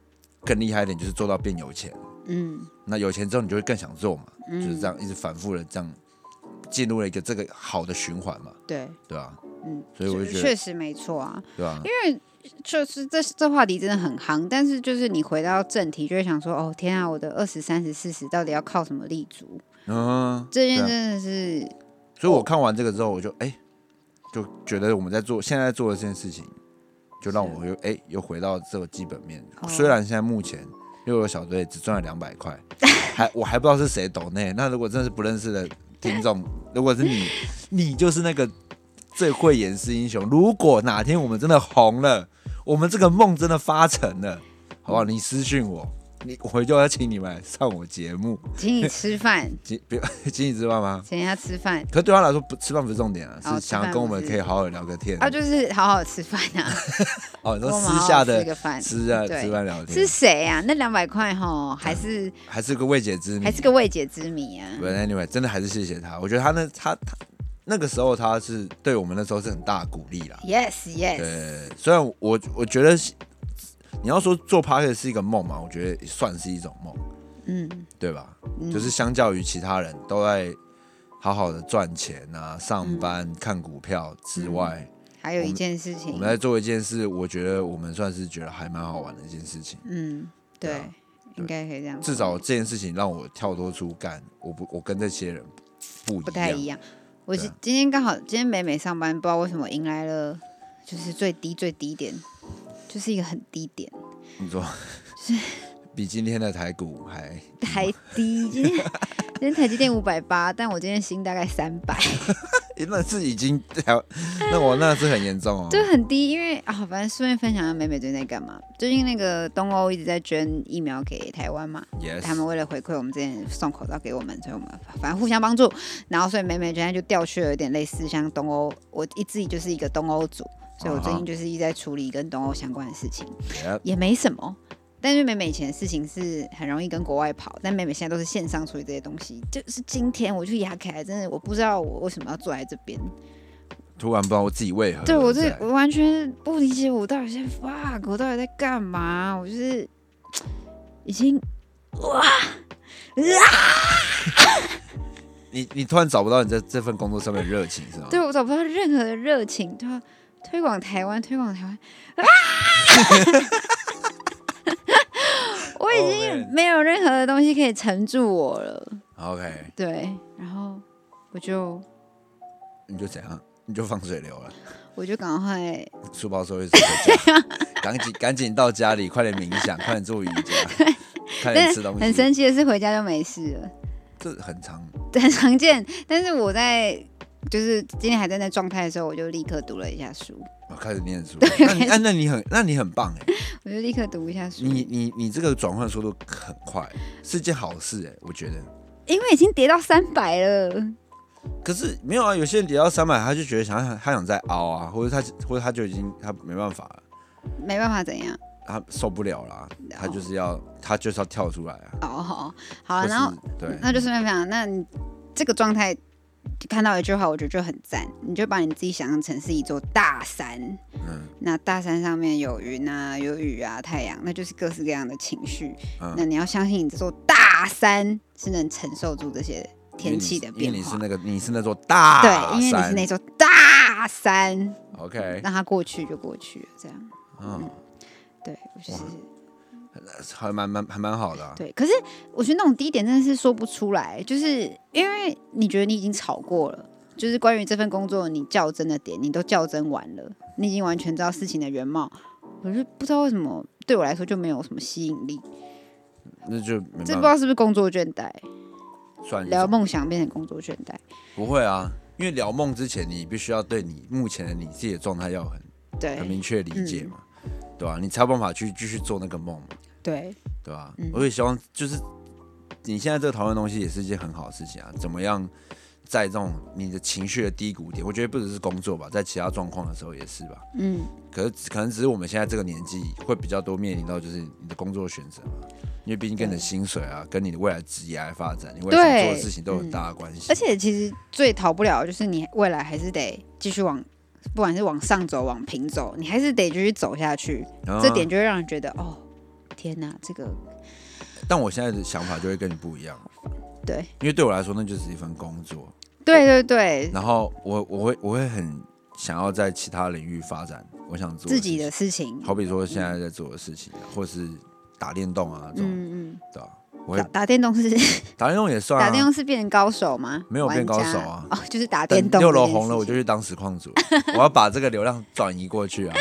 [SPEAKER 4] 更厉害一点就是做到变有钱，
[SPEAKER 2] 嗯
[SPEAKER 4] 那有钱之后你就会更想做嘛，
[SPEAKER 2] 嗯，
[SPEAKER 4] 就是这样一直反复的这样进入了一个这个好的循环嘛，
[SPEAKER 2] 对，
[SPEAKER 4] 对吧、
[SPEAKER 2] 嗯，
[SPEAKER 4] 所以我就觉得
[SPEAKER 2] 确实没错啊，
[SPEAKER 4] 对吧、
[SPEAKER 2] 就是这这话题真的很夯，但是就是你回到正题，就会想说，哦天啊，我的二十三十四十到底要靠什么立足？
[SPEAKER 4] 嗯，
[SPEAKER 2] 这
[SPEAKER 4] 对
[SPEAKER 2] 件
[SPEAKER 4] 啊
[SPEAKER 2] 真的是，
[SPEAKER 4] 所以我看完这个之后，我就哎、就觉得我们在做现在在做的这件事情，就让我又哎、又回到这个基本面。
[SPEAKER 2] 哦
[SPEAKER 4] 虽然现在目前又有小队只赚了两百块，还我还不知道是谁抖内。那如果真的是不认识的听众，如果是你，你就是那个最会掩饰英雄。如果哪天我们真的红了，我们这个梦真的发成了，好不好？你私信我。你我就要请你们来上我节目，
[SPEAKER 2] 请你吃饭，
[SPEAKER 4] 请不要请你吃饭吗？
[SPEAKER 2] 请人家吃饭，
[SPEAKER 4] 可对他来说，不吃饭不是重点啊，
[SPEAKER 2] 哦
[SPEAKER 4] 是想要跟我们可以好好聊个天。
[SPEAKER 2] 啊，就是好好吃饭啊，
[SPEAKER 4] 哦，你嗯 说
[SPEAKER 2] 我们
[SPEAKER 4] 私
[SPEAKER 2] 好好
[SPEAKER 4] 下
[SPEAKER 2] 吃
[SPEAKER 4] 的
[SPEAKER 2] 个饭，
[SPEAKER 4] 私下
[SPEAKER 2] 对
[SPEAKER 4] 吃饭聊
[SPEAKER 2] 是
[SPEAKER 4] 天，
[SPEAKER 2] 谁啊？那两百块
[SPEAKER 4] 嗯
[SPEAKER 2] 哈，还是
[SPEAKER 4] 还是个未解之谜。
[SPEAKER 2] 还是个未解之谜啊？
[SPEAKER 4] But anyway，真的还是谢谢他。我觉得他那他他那个时候他是对我们那时候是很大的鼓励啦。
[SPEAKER 2] Yes, yes，
[SPEAKER 4] 对，虽然我我觉得是你要说做 p a r t 是一个梦嘛，我觉得也算是一种梦，
[SPEAKER 2] 嗯，
[SPEAKER 4] 对吧？
[SPEAKER 2] 嗯
[SPEAKER 4] 就是相较于其他人
[SPEAKER 2] 嗯
[SPEAKER 4] 都在好好的赚钱啊、上班、看股票之外，
[SPEAKER 2] 还有
[SPEAKER 4] 我
[SPEAKER 2] 一
[SPEAKER 4] 们
[SPEAKER 2] 件事
[SPEAKER 4] 我
[SPEAKER 2] 情
[SPEAKER 4] 们，在做一件事，我觉得我们算是觉得还蛮好玩的一件事情。
[SPEAKER 2] 嗯，
[SPEAKER 4] 对
[SPEAKER 2] 对
[SPEAKER 4] 啊，
[SPEAKER 2] 应该可以这样，
[SPEAKER 4] 至少这件事情让我跳脱出干，我不我跟这些人不
[SPEAKER 2] 不
[SPEAKER 4] 一
[SPEAKER 2] 太
[SPEAKER 4] 样。
[SPEAKER 2] 一样。我
[SPEAKER 4] 对
[SPEAKER 2] 是
[SPEAKER 4] 啊
[SPEAKER 2] 今天刚好，今天美美上班，不知道为什么迎来了就是最低最低点，就是一个很低点，
[SPEAKER 4] 你 说，比今天的台股还
[SPEAKER 2] 台低。今天今天台积电五百八，但我今天薪大概三百，
[SPEAKER 4] 诶那是已经那我那是很严重哦。
[SPEAKER 2] 就很低。因为啊，反正顺便分享一下美美最近在干嘛。最近那个东欧一直在捐疫苗给台湾嘛，他们
[SPEAKER 4] Yes，
[SPEAKER 2] 为了回馈我们之前送口罩给我们，所以我们反正互相帮助。然后所以美美现在就调去了有点类似像东欧，我一自己就是一个东欧组，所以我最
[SPEAKER 4] 啊
[SPEAKER 2] 近
[SPEAKER 4] 哈
[SPEAKER 2] 就是一直在处理跟东欧相关的事情，
[SPEAKER 4] Yep
[SPEAKER 2] 也没什么。但是美美以前的事情是很容易跟国外跑，但美美现在都是线上处理这些东西。就是今天我去雅凯，真的我不知道我为什么要坐在这边，
[SPEAKER 4] 突然不知道我自己为何
[SPEAKER 2] 对我
[SPEAKER 4] 而
[SPEAKER 2] 这
[SPEAKER 4] 在
[SPEAKER 2] 我完全不理解，我到底在 fuck，我到底在干嘛？我就是已经
[SPEAKER 4] 你你突然找不到你在这份工作上面的热情是吗？
[SPEAKER 2] 对我找不到任何的热情，就要推广台湾，推广台湾啊！ 我已
[SPEAKER 4] Oh,
[SPEAKER 2] 经
[SPEAKER 4] man.
[SPEAKER 2] 没有任何的东西可以沉住我了，
[SPEAKER 4] ，OK，
[SPEAKER 2] 对，然后我就
[SPEAKER 4] 你就怎样？你就放水流了，我
[SPEAKER 2] 就赶快
[SPEAKER 4] 书包收一收回 家，赶紧赶紧到家里，快点冥想，快点做瑜 伽，快点
[SPEAKER 2] 但
[SPEAKER 4] 吃东西。
[SPEAKER 2] 很神奇的是回家就没事了，
[SPEAKER 4] 这很长，
[SPEAKER 2] 很常见。但是我在就是今天还在那状态的时候，我就立刻读了一下书，
[SPEAKER 4] 我哦开始念书。那你那那你很那你很棒 哎，
[SPEAKER 2] 我就立刻读一下书，
[SPEAKER 4] 你你你这个转换速度很快，是件好事哎，我觉得。
[SPEAKER 2] 因为已经跌到三百了。
[SPEAKER 4] 可是没有啊，有些人跌到三百，他就觉得想要他想再凹啊，或者他或者他就已经他没办法了，
[SPEAKER 2] 没办法，怎样？
[SPEAKER 4] 他受不了了啊，他就是要他就是要跳出来啊。
[SPEAKER 2] 哦，好，好啊，
[SPEAKER 4] 或是
[SPEAKER 2] 然后
[SPEAKER 4] 对，
[SPEAKER 2] 那就顺便分享，那你这个状态看到一句话，我觉得就很赞，你就把你自己想象成是一座大山，
[SPEAKER 4] 嗯
[SPEAKER 2] 那大山上面有云啊，有雨啊，太阳，那就是各式各样的情绪。那
[SPEAKER 4] 嗯，
[SPEAKER 2] 你要相信你这座大山是能承受住这些天气的变
[SPEAKER 4] 因为你是
[SPEAKER 2] 化。
[SPEAKER 4] 因为你是那个你是那座大
[SPEAKER 2] 对，因为你是
[SPEAKER 4] 山
[SPEAKER 2] 那座大山，
[SPEAKER 4] OK，
[SPEAKER 2] 让它过去就过去了，这样。
[SPEAKER 4] 嗯，
[SPEAKER 2] 对，我就是
[SPEAKER 4] 还蛮蛮还蛮好的啊。
[SPEAKER 2] 对。可是我觉得那种低点真的是说不出来，就是因为你觉得你已经吵过了，就是关于这份工作你较真的点，你都较真完了，你已经完全知道事情的原貌。我就不知道为什么对我来说就没有什么吸引力，
[SPEAKER 4] 那就没
[SPEAKER 2] 这不
[SPEAKER 4] 办
[SPEAKER 2] 知
[SPEAKER 4] 法
[SPEAKER 2] 道是不是工作倦怠，
[SPEAKER 4] 算一
[SPEAKER 2] 聊
[SPEAKER 4] 种
[SPEAKER 2] 梦想变成工作倦怠。
[SPEAKER 4] 不会啊，因为聊梦之前，你必须要对你目前的你自己的状态要很很
[SPEAKER 2] 对嗯
[SPEAKER 4] 明确理解嘛，对吧、你才有办法去继续做那个梦嘛。
[SPEAKER 2] 对，
[SPEAKER 4] 对吧、
[SPEAKER 2] 嗯
[SPEAKER 4] 我也希望就是你现在这个讨论的东西也是一件很好的事情啊，怎么样在这种你的情绪的低谷点，我觉得不只是工作吧，在其他状况的时候也是吧。
[SPEAKER 2] 嗯，
[SPEAKER 4] 可是可能只是我们现在这个年纪会比较多面临到就是你的工作选择嘛，因为毕竟跟你的薪水啊，跟你的未来职业的发展，你未来想做的事情都有很大的关
[SPEAKER 2] 嗯
[SPEAKER 4] 系、
[SPEAKER 2] 而且其实最逃不了的就是你未来还是得继续往，不管是往上走、往平走，你还是得继续走下去。
[SPEAKER 4] 然后
[SPEAKER 2] 这点就会让人觉得，哦，天哪，这个
[SPEAKER 4] 但我现在的想法就会跟你不一样，
[SPEAKER 2] 对
[SPEAKER 4] 因为对我来说那就是一份工作，
[SPEAKER 2] 对对对，
[SPEAKER 4] 然后我我会我会很想要在其他领域发展，我想做
[SPEAKER 2] 自己
[SPEAKER 4] 事情
[SPEAKER 2] 的事情，
[SPEAKER 4] 好比说现在在做的事情啊，或是打电动啊这种，
[SPEAKER 2] 嗯嗯，
[SPEAKER 4] 对吧、我
[SPEAKER 2] 打
[SPEAKER 4] 会
[SPEAKER 2] 打电动是、
[SPEAKER 4] 打电动也算啊，
[SPEAKER 2] 打电动是变成高手吗？
[SPEAKER 4] 没有变高手啊
[SPEAKER 2] 玩家哦，就是打
[SPEAKER 4] 等
[SPEAKER 2] 电动这件事情。
[SPEAKER 4] 六楼红了，我就去当实况组， 我要把这个流量转移过去啊。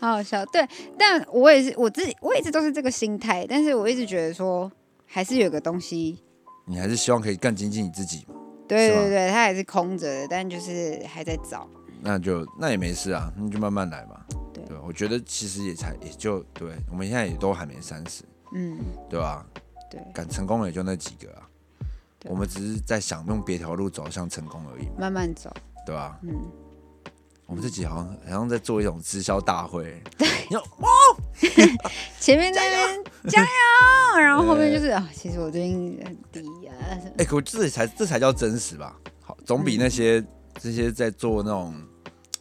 [SPEAKER 2] 好好笑。对，但我也是我自己，我一直都是这个心态，但是我一直觉得说，还是有个东西，
[SPEAKER 4] 你还是希望可以更精进你自己嘛？
[SPEAKER 2] 对
[SPEAKER 4] 是吗
[SPEAKER 2] 对对，它也是空着的，但就是还在找。
[SPEAKER 4] 那就那也没事啊，那就慢慢来嘛。
[SPEAKER 2] 对
[SPEAKER 4] 对吧，我觉得其实也才也就对，我们现在也都还没三十，
[SPEAKER 2] 嗯，
[SPEAKER 4] 对吧、
[SPEAKER 2] 对，
[SPEAKER 4] 敢成功的也就那几个啊，
[SPEAKER 2] 对
[SPEAKER 4] 我们只是在想用别条路走向成功而已嘛，
[SPEAKER 2] 慢慢走。
[SPEAKER 4] 对吧、
[SPEAKER 2] 嗯，
[SPEAKER 4] 我们自己好像好像在做一种直销大会，
[SPEAKER 2] 前面在那边加油，然后后面就是啊、其实我最近很低啊，
[SPEAKER 4] 哎、可我这才这才叫真实吧？好，总比那些、
[SPEAKER 2] 嗯
[SPEAKER 4] 这些在做那种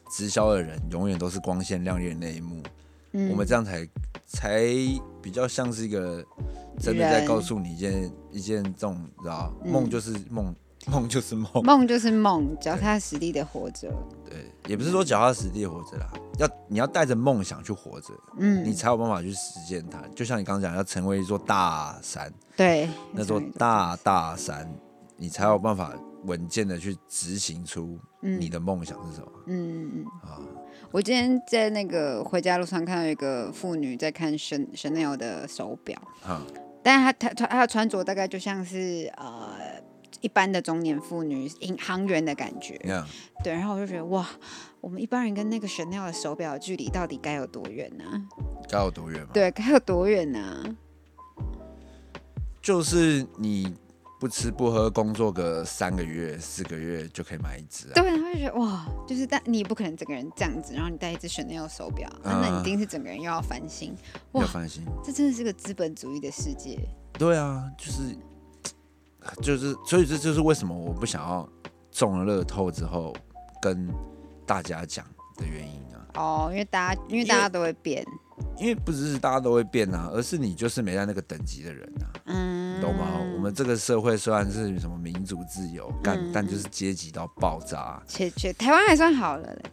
[SPEAKER 4] 直销的人，永远都是光鲜亮丽的那一幕。
[SPEAKER 2] 嗯，
[SPEAKER 4] 我们这样才才比较像是一个真的在
[SPEAKER 2] 人
[SPEAKER 4] 告诉你一件一件这种，你知道，
[SPEAKER 2] 嗯
[SPEAKER 4] 梦就是梦，梦就是梦，
[SPEAKER 2] 梦就是梦，脚踏实地的活着。
[SPEAKER 4] 对，也不是说脚踏实地地活着啦，要你要带着梦想去活着，你
[SPEAKER 2] 嗯，
[SPEAKER 4] 才有办法去实践它。就像你刚刚讲，要成为一座大山，
[SPEAKER 2] 对，
[SPEAKER 4] 那座大大山，你才有办法稳健的去执行出你的梦想是什么、
[SPEAKER 2] 嗯，嗯
[SPEAKER 4] 啊？
[SPEAKER 2] 我今天在那个回家路上看到有一个妇女在看 Chan- Chanel 的手表，
[SPEAKER 4] 哈、
[SPEAKER 2] 但她她她她的穿着大概就像是呃一般的中年妇女银行员的感觉，
[SPEAKER 4] 你看，
[SPEAKER 2] 对，然后我就觉得哇，我们一般人跟那个 Chanel 的手表的距离到底该有多远呢、
[SPEAKER 4] 该有多远嘛？，
[SPEAKER 2] 对，该有多远呢、
[SPEAKER 4] 就是你不吃不喝，工作个三个月、四个月就可以买一只啊。
[SPEAKER 2] 对，他就觉得哇，就是但你也不可能整个人这样子，然后你戴一只 Chanel 手表，那那
[SPEAKER 4] 啊
[SPEAKER 2] 一定是整个人又要翻新。
[SPEAKER 4] 要
[SPEAKER 2] 哇
[SPEAKER 4] 翻新。
[SPEAKER 2] 这真的是个资本主义的世界。
[SPEAKER 4] 对啊，就是就是，所以这就是为什么我不想要中了乐透之后跟大家讲的原因啊。
[SPEAKER 2] 哦，因为大家因为
[SPEAKER 4] 因为
[SPEAKER 2] 大家都会变，
[SPEAKER 4] 因为不只是大家都会变啊，而是你就是没在那个等级的人啊，
[SPEAKER 2] 嗯，
[SPEAKER 4] 懂吗？我们这个社会虽然是什么民主自由，但、
[SPEAKER 2] 嗯
[SPEAKER 4] 但就是阶级到爆炸啊、
[SPEAKER 2] 且且台湾还算好了嘞，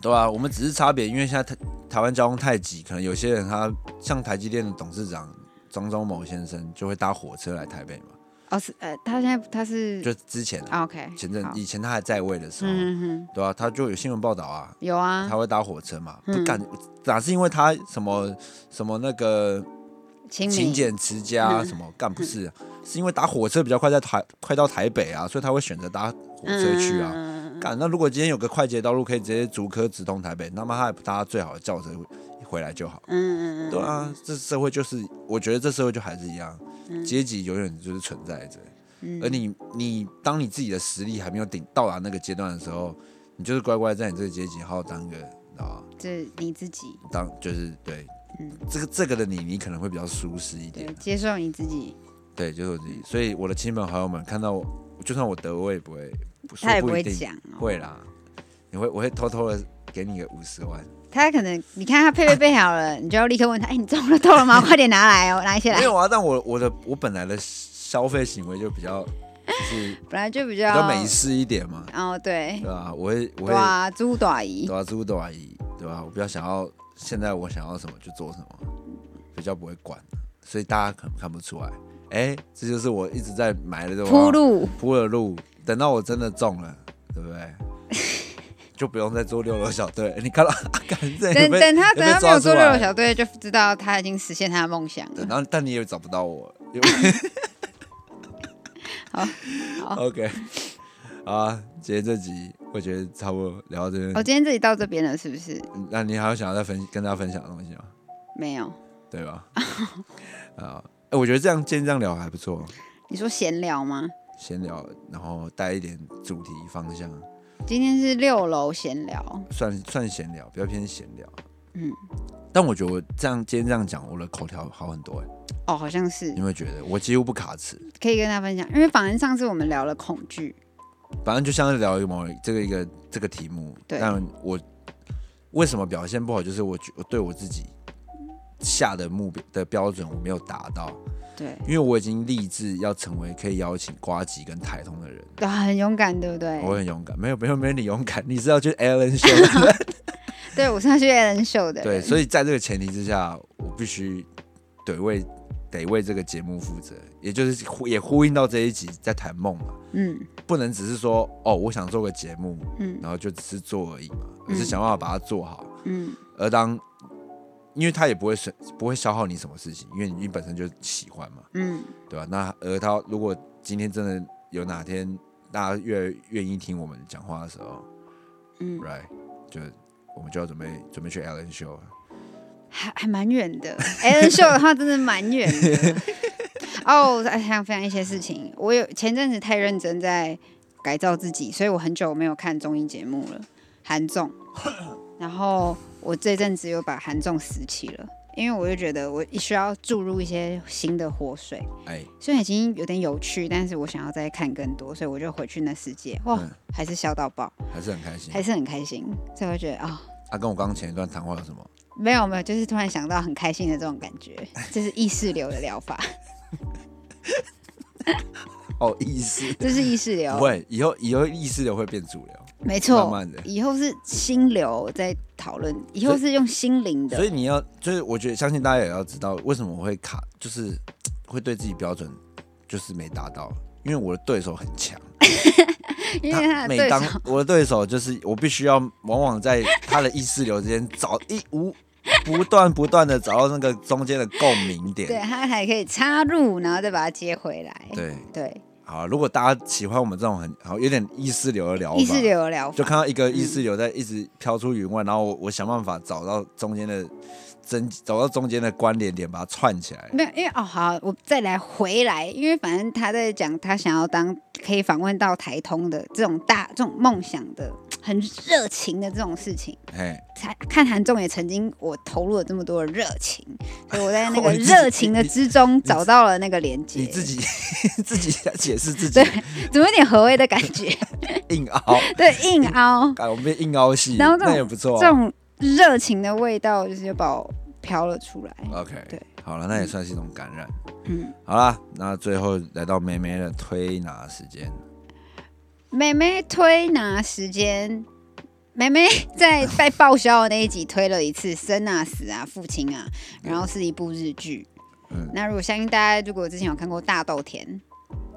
[SPEAKER 4] 对啊，我们只是差别，因为现在台台湾交通太挤，可能有些人他像台积电的董事长张忠谋先生就会搭火车来台北嘛，
[SPEAKER 2] 哦是呃，他现在他是
[SPEAKER 4] 就之前啊，
[SPEAKER 2] 啊 OK，
[SPEAKER 4] 前阵
[SPEAKER 2] 好
[SPEAKER 4] 以前他还在位的时候，
[SPEAKER 2] 嗯哼哼，
[SPEAKER 4] 对啊，他就有新闻报道啊，
[SPEAKER 2] 有啊
[SPEAKER 4] 他，会搭火车嘛，
[SPEAKER 2] 嗯
[SPEAKER 4] 不敢哪是因为他什么什么那个
[SPEAKER 2] 清
[SPEAKER 4] 勤
[SPEAKER 2] 明
[SPEAKER 4] 俭持家啊
[SPEAKER 2] 嗯
[SPEAKER 4] 什么干不是啊，是因为搭火车比较快，在台快到台北啊，所以他会选择搭火车去啊。
[SPEAKER 2] 嗯
[SPEAKER 4] 干，那如果今天有个快捷道路可以直接竹科直通台北，那么他也不搭最好的轿车回来就好。
[SPEAKER 2] 嗯嗯，
[SPEAKER 4] 对啊，这社会就是，我觉得这社会就还是一样，
[SPEAKER 2] 嗯
[SPEAKER 4] 阶级永远就是存在着。
[SPEAKER 2] 嗯，
[SPEAKER 4] 而你，你当你自己的实力还没有顶到达那个阶段的时候，你就是乖乖在你这个阶级好好当个，你知道吗？
[SPEAKER 2] 这你自己
[SPEAKER 4] 当就是对，
[SPEAKER 2] 嗯
[SPEAKER 4] 这个这个的你，你可能会比较舒适一点
[SPEAKER 2] 对。接受你自己，
[SPEAKER 4] 对，就是我自己。所以我的亲朋好友们看到我，就算我得，我也不会，说
[SPEAKER 2] 他也不
[SPEAKER 4] 不
[SPEAKER 2] 会
[SPEAKER 4] 一定
[SPEAKER 2] 讲哦
[SPEAKER 4] 会啦。你会，我会偷偷的给你个五十万。
[SPEAKER 2] 他可能你看他配备备好了，你就要立刻问他，哎，你中了透了吗？快点拿来哦，拿 一些来
[SPEAKER 4] 没，有啊，但我我的我本来的消费行为就比较就是
[SPEAKER 2] 本来就比
[SPEAKER 4] 比
[SPEAKER 2] 较
[SPEAKER 4] 较美，式一点嘛，
[SPEAKER 2] 哦对
[SPEAKER 4] 对，吧、我会我会
[SPEAKER 2] 啊对啊，猪短姨
[SPEAKER 4] 对，啊，猪都阿姨，对吧、我比较想要，现在我想要什么就做什么，比较不会管，所以大家可能看不出来。哎，这就是我一直在埋的这种啊
[SPEAKER 2] 铺 路，
[SPEAKER 4] 铺了路，等到我真的中了，对不对？ 就不用再做六楼小队。你看到， 感觉
[SPEAKER 2] 等等他等他没有做六
[SPEAKER 4] 六
[SPEAKER 2] 楼小队，就知道他已经实现他的梦想了。
[SPEAKER 4] 然后但你也找不 到我。因为 OK，好啊，今天这集我觉得差不多聊到这边
[SPEAKER 2] 哦我、。今天这里到这边了，是不是？
[SPEAKER 4] 那你还有想要再分跟大家分享的东西吗？
[SPEAKER 2] 没有，
[SPEAKER 4] 对吧？ 啊，哎，我觉得这样今天这样聊还不错，哦
[SPEAKER 2] 你说闲聊吗？
[SPEAKER 4] 闲聊，然后带一点主题方向，
[SPEAKER 2] 今天是六楼闲聊，
[SPEAKER 4] 算算闲聊，比较偏闲聊。
[SPEAKER 2] 嗯，
[SPEAKER 4] 但我觉得我这样今天这样讲，我的口条好很多哎、
[SPEAKER 2] 哦，好像是
[SPEAKER 4] 你有没有觉得我几乎不卡词？
[SPEAKER 2] 可以跟大家分享，因为反正上次我们聊了恐惧，
[SPEAKER 4] 反正就像是聊某这个一个这个题目，
[SPEAKER 2] 对
[SPEAKER 4] 但我为什么表现不好，就是我觉我对我自己下的目标的标准我没有达到，
[SPEAKER 2] 对，
[SPEAKER 4] 因为我已经立志要成为可以邀请瓜吉跟台通的人。
[SPEAKER 2] 对啊，很勇敢，对不对？
[SPEAKER 4] 我很勇敢，没有没有没有你勇敢，你是要去 Alan show 的
[SPEAKER 2] 对，我是要去 a l 秀的
[SPEAKER 4] 对，
[SPEAKER 2] 人，
[SPEAKER 4] 所以在这个前提之下，我必须得为得为这个节目负责，也就是呼也呼应到这一集在谈梦嘛，
[SPEAKER 2] 嗯
[SPEAKER 4] 不能只是说哦，我想做个节目，
[SPEAKER 2] 嗯
[SPEAKER 4] 然后就只是做而已嘛，而
[SPEAKER 2] 嗯
[SPEAKER 4] 是想办法把它做好。
[SPEAKER 2] 嗯，
[SPEAKER 4] 而当因为它也不会损不会消耗你什么事情，因为你本身就喜欢嘛，
[SPEAKER 2] 嗯，
[SPEAKER 4] 对吧、那而他如果今天真的有哪天大家越愿意听我们讲话的时候，
[SPEAKER 2] 嗯
[SPEAKER 4] ，right，就我们就要准备准备去 Alan show 啊了。
[SPEAKER 2] 还还蛮远的 a l 秀的话真的蛮远的。哦，我还想分享一些事情，我有前阵子太认真在改造自己，所以我很久没有看综艺节目了，韩综。然后我这阵子又把韩综拾起了，因为我就觉得我需要注入一些新的活水。
[SPEAKER 4] 哎，
[SPEAKER 2] 虽然已经有点有趣，但是我想要再看更多，所以我就回去那世界，哇，
[SPEAKER 4] 嗯
[SPEAKER 2] 还是笑到爆，
[SPEAKER 4] 还是很开心
[SPEAKER 2] 还。是很开心，所以我觉得啊、
[SPEAKER 4] 他、跟我刚刚前一段谈话有什么？
[SPEAKER 2] 没有没有，就是突然想到很开 哦心的这种感觉，这是意识流的疗法。
[SPEAKER 4] 好意思。
[SPEAKER 2] 这是意识
[SPEAKER 4] 不
[SPEAKER 2] 流，
[SPEAKER 4] 会，以后以后意识流会变主流，
[SPEAKER 2] 没错
[SPEAKER 4] 慢慢的，
[SPEAKER 2] 以后是心流在讨论，以后是用心灵
[SPEAKER 4] 所
[SPEAKER 2] 的，
[SPEAKER 4] 以你要就是我觉得相信大家也要知道为什么我会卡，就是会对自己标准就是没达到，因为我的对手很强。
[SPEAKER 2] 因为他的
[SPEAKER 4] 每
[SPEAKER 2] 对
[SPEAKER 4] 当
[SPEAKER 2] 手
[SPEAKER 4] 我的对手就是我必须要往往在他的意识流之间找一无不断不断的找到那个中间的共鸣点。
[SPEAKER 2] 对他还可以插入，然后再把它接回来。
[SPEAKER 4] 对
[SPEAKER 2] 对，
[SPEAKER 4] 好，如果大家喜欢我们这种很好有点意识流的疗法，
[SPEAKER 2] 意识流的疗
[SPEAKER 4] 就
[SPEAKER 2] 法，
[SPEAKER 4] 看到一个意识流在一直飘出云外，然后我我想办法找到中间的真，找到中间的关联点，把它串起来。
[SPEAKER 2] 没有，因为哦好，我再来回来，因为反正他在讲他想要当可以访问到台通的这种大这种梦想的很热情的这种事情。
[SPEAKER 4] 哎，
[SPEAKER 2] 才看韩综也曾经我投入了这么多的热情，所以我在 那
[SPEAKER 4] 我
[SPEAKER 2] 个
[SPEAKER 4] 自己
[SPEAKER 2] 热情的之中找到了那个连接。
[SPEAKER 4] 你自己 自己要解释自己
[SPEAKER 2] 对，怎么有点何谓的感 觉？
[SPEAKER 4] 硬凹，
[SPEAKER 2] 对，硬凹
[SPEAKER 4] 哎，我们变硬凹系，
[SPEAKER 2] 然后这种
[SPEAKER 4] 那也不错
[SPEAKER 2] 这
[SPEAKER 4] 啊。
[SPEAKER 2] 种热情的味道，就是又把我飘了出来。
[SPEAKER 4] OK，
[SPEAKER 2] 对，
[SPEAKER 4] 好了，那也算是一种感染。
[SPEAKER 2] 嗯，
[SPEAKER 4] 好啦，那最后来到梅梅的推拿时间。
[SPEAKER 2] 妹妹推拿时间，妹妹在被报销的那一集推了一次《生啊死啊父亲啊》，然后是一部日剧。
[SPEAKER 4] 嗯
[SPEAKER 2] 那如果相信大家如果之前有看过《大豆田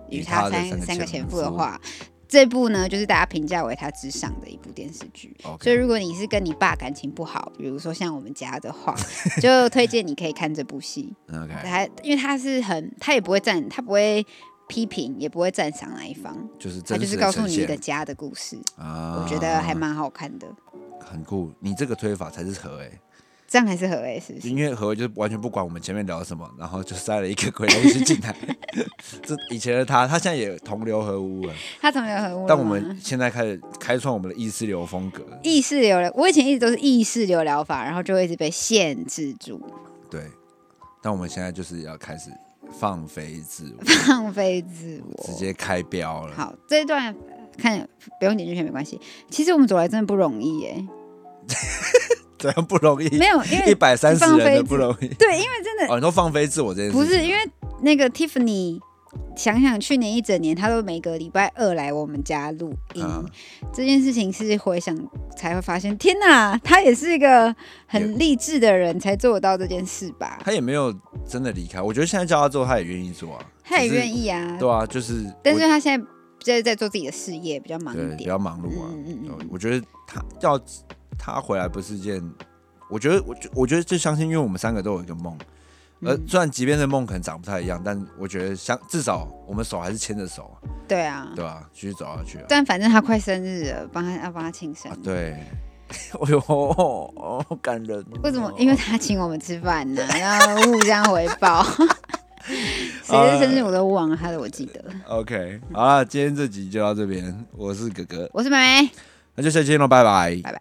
[SPEAKER 2] 与
[SPEAKER 4] 与
[SPEAKER 2] 他
[SPEAKER 4] 他的
[SPEAKER 2] 三
[SPEAKER 4] 三个
[SPEAKER 2] 三个
[SPEAKER 4] 前
[SPEAKER 2] 前夫》
[SPEAKER 4] 夫
[SPEAKER 2] 的话，这部呢就是大家评价为他之上的一部电视剧。所以
[SPEAKER 4] OK，
[SPEAKER 2] 如果你是跟你爸感情不好，比如说像我们家的话， 就推荐你可以看这部戏。
[SPEAKER 4] 嗯 OK，
[SPEAKER 2] 他因为他是很，他也不会赞，他不会批评，也不会赞赏哪一方，
[SPEAKER 4] 就是
[SPEAKER 2] 他
[SPEAKER 4] 真
[SPEAKER 2] 就是
[SPEAKER 4] 实
[SPEAKER 2] 告
[SPEAKER 4] 的
[SPEAKER 2] 诉
[SPEAKER 4] 呈
[SPEAKER 2] 你你的
[SPEAKER 4] 现
[SPEAKER 2] 家的故事，
[SPEAKER 4] 啊
[SPEAKER 2] 我觉得还蛮好看的。
[SPEAKER 4] 很酷。你这个推法才是合欸诶，
[SPEAKER 2] 这样还是合诶，是不是？
[SPEAKER 4] 因为何为就是完全不管我们前面聊什么，然后就塞了一个鬼东西进来。 这以前的他，他现在也同流合污了。
[SPEAKER 2] 他从流合污了吗，
[SPEAKER 4] 但我们现在开始开创我们的意识流风格。
[SPEAKER 2] 意识流了，我以前一直都是意识流疗法，然后就会一直被限制住，
[SPEAKER 4] 对，但我们现在就是要开始放飞自我，
[SPEAKER 2] 放飞自我。
[SPEAKER 4] 直接开标了。
[SPEAKER 2] 好，这一段看不用点进去没关系。其实我们走来真的不容易耶，
[SPEAKER 4] 这样不容易，
[SPEAKER 2] 没有，因
[SPEAKER 4] 一
[SPEAKER 2] 为
[SPEAKER 4] 百三十
[SPEAKER 2] 放
[SPEAKER 4] 人
[SPEAKER 2] 飞
[SPEAKER 4] 的
[SPEAKER 2] 自
[SPEAKER 4] 不容易。
[SPEAKER 2] 对，因为真的
[SPEAKER 4] 哦，你说放飞自我这件事
[SPEAKER 2] 不
[SPEAKER 4] 情
[SPEAKER 2] 是因为那个 Tiffany，想想去年一整年，她都每个礼拜二来我们家录音，
[SPEAKER 4] 嗯
[SPEAKER 2] 这件事情是回想才会发现，天哪，她也是一个很励志的人，才做得到这件事吧？
[SPEAKER 4] 他也没有真的离开。我觉得现在叫他做，他也愿意做啊，
[SPEAKER 2] 她也
[SPEAKER 4] 只是
[SPEAKER 2] 愿、意啊，
[SPEAKER 4] 对啊，就是我
[SPEAKER 2] 但是她现在在在做自己的事业，比较忙
[SPEAKER 4] 对
[SPEAKER 2] 一
[SPEAKER 4] 比
[SPEAKER 2] 点。
[SPEAKER 4] 较忙碌啊。
[SPEAKER 2] 嗯嗯嗯嗯
[SPEAKER 4] 对我觉得他要他回来不是件，我觉得我觉我觉得就相信，因为我们三个都有一个梦。呃，
[SPEAKER 2] 嗯
[SPEAKER 4] 虽然即便是梦可能长不太一样，但我觉得相至少我们手还是牵着手，
[SPEAKER 2] 对啊，
[SPEAKER 4] 对吧、继续走下去啊！
[SPEAKER 2] 但反正她快生日了，帮她要帮她庆生
[SPEAKER 4] 啊。对， 哎呦，哦好感人哦。
[SPEAKER 2] 为什么？因为她请我们吃饭呢、然后互相回 报。谁
[SPEAKER 4] 啊
[SPEAKER 2] 的生日我都忘了，她的我记得。
[SPEAKER 4] OK，好了，今天这集就到这边，我是哥哥，
[SPEAKER 2] 我是妹妹，
[SPEAKER 4] 那就下期见喽，拜拜。
[SPEAKER 2] 拜拜。